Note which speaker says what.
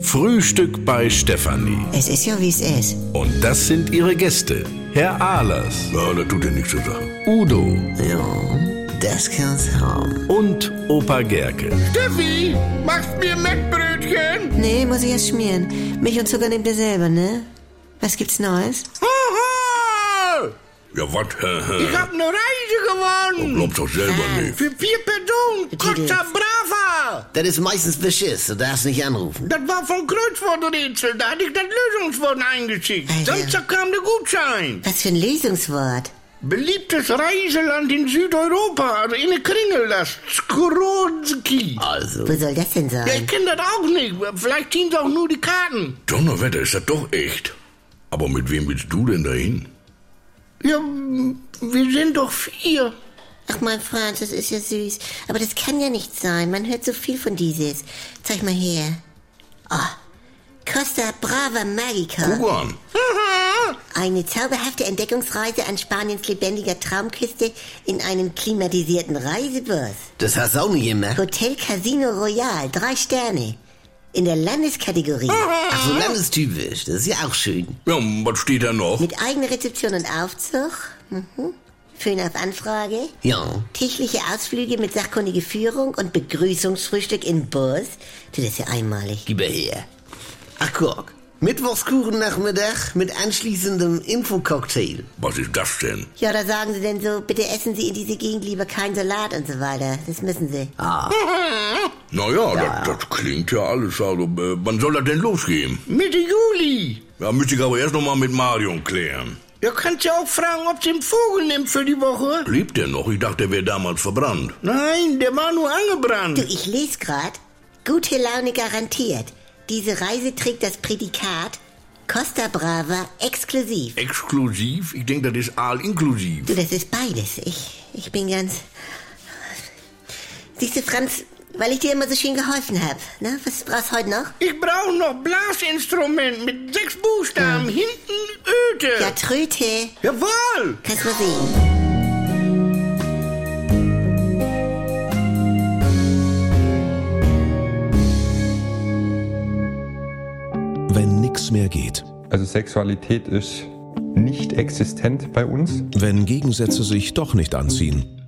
Speaker 1: Frühstück bei Stefanie.
Speaker 2: Es ist ja, wie es ist.
Speaker 1: Und das sind ihre Gäste. Herr Ahlers,
Speaker 3: Ja, das tut dir nichts zu sagen.
Speaker 1: Udo
Speaker 2: Ja, das kann's haben.
Speaker 1: und Opa Gerke.
Speaker 4: Steffi, machst mir Mettbrötchen?
Speaker 2: Nee, muss ich erst schmieren. Milch und Zucker nehmt ihr selber, ne? Was gibt's Neues?
Speaker 4: Haha!
Speaker 3: Ja, was?
Speaker 4: Ich hab ne Reise gewonnen!
Speaker 3: Glaubst doch selber nicht.
Speaker 4: Für vier Personen, Costa Brava!
Speaker 5: Das ist meistens Beschiss, du darfst nicht anrufen.
Speaker 4: Das war vom Kreuzworträtsel, da hatte ich das Lösungswort eingeschickt.
Speaker 2: Alter.
Speaker 4: Samstag kam der Gutschein.
Speaker 2: Was für ein Lesungswort.
Speaker 4: Beliebtes Reiseland in Südeuropa, also in der Kringel, das Skorodzki.
Speaker 5: Also,
Speaker 2: Wo soll das denn sein?
Speaker 4: Ja, ich kenn das auch nicht, vielleicht ziehen sie auch nur die Karten.
Speaker 3: Donnerwetter, ist das doch echt. Aber mit wem willst du denn dahin?
Speaker 4: Ja, wir sind doch vier.
Speaker 2: Ach, mein Franz, das ist ja süß. Aber das kann ja nicht sein. Man hört so viel von dieses. Zeig mal her. Oh, Costa Brava Magica.
Speaker 3: Guck an.
Speaker 2: Eine zauberhafte Entdeckungsreise an Spaniens lebendiger Traumküste in einem klimatisierten Reisebus.
Speaker 5: das hast du auch nicht gemacht.
Speaker 2: Hotel Casino Royal, drei Sterne. In der Landeskategorie.
Speaker 5: Ach, so landestypisch, das ist ja auch schön.
Speaker 3: Ja, und was steht da noch?
Speaker 2: Mit eigener Rezeption und Aufzug. Mhm. Föhn auf Anfrage.
Speaker 5: Ja,
Speaker 2: Tägliche Ausflüge mit sachkundige Führung und Begrüßungsfrühstück im Bus. Du, das ist ja einmalig.
Speaker 5: gib her her. Ach, guck. Mittwochskuchennachmittag mit anschließendem Infococktail.
Speaker 3: Was ist das denn?
Speaker 2: Ja, da sagen sie denn so, bitte essen Sie in diese Gegend lieber keinen Salat und so weiter. Das müssen sie.
Speaker 3: Naja, ja. das, das klingt ja alles. Also, äh, wann soll das denn losgehen?
Speaker 4: Mitte Juli.
Speaker 3: Da müsste ich aber erst noch mal mit Marion klären.
Speaker 4: Du kannst ja auch fragen, ob sie einen Vogel nimmt für die Woche.
Speaker 3: Lebt der noch? Ich dachte, der wäre damals verbrannt.
Speaker 4: Nein, der war nur
Speaker 2: Du,
Speaker 4: angebrannt.
Speaker 2: ich lese grad. Gute Laune garantiert. Diese Reise trägt das Prädikat Costa Brava exklusiv.
Speaker 3: Exklusiv? Ich denke, das ist all inklusiv.
Speaker 2: Du, das ist beides. Ich, ich bin ganz. Siehst du, Franz, weil ich dir immer so schön geholfen habe. Ne? Was brauchst du heute noch?
Speaker 4: Ich brauche noch Blasinstrument mit sechs Buchstaben, hinten Öte.
Speaker 2: Ja, Tröte.
Speaker 4: Jawohl!
Speaker 2: Kannst mal sehen.
Speaker 6: Wenn nichts mehr geht.
Speaker 7: Also Sexualität ist nicht existent bei uns.
Speaker 6: Wenn Gegensätze sich doch nicht anziehen.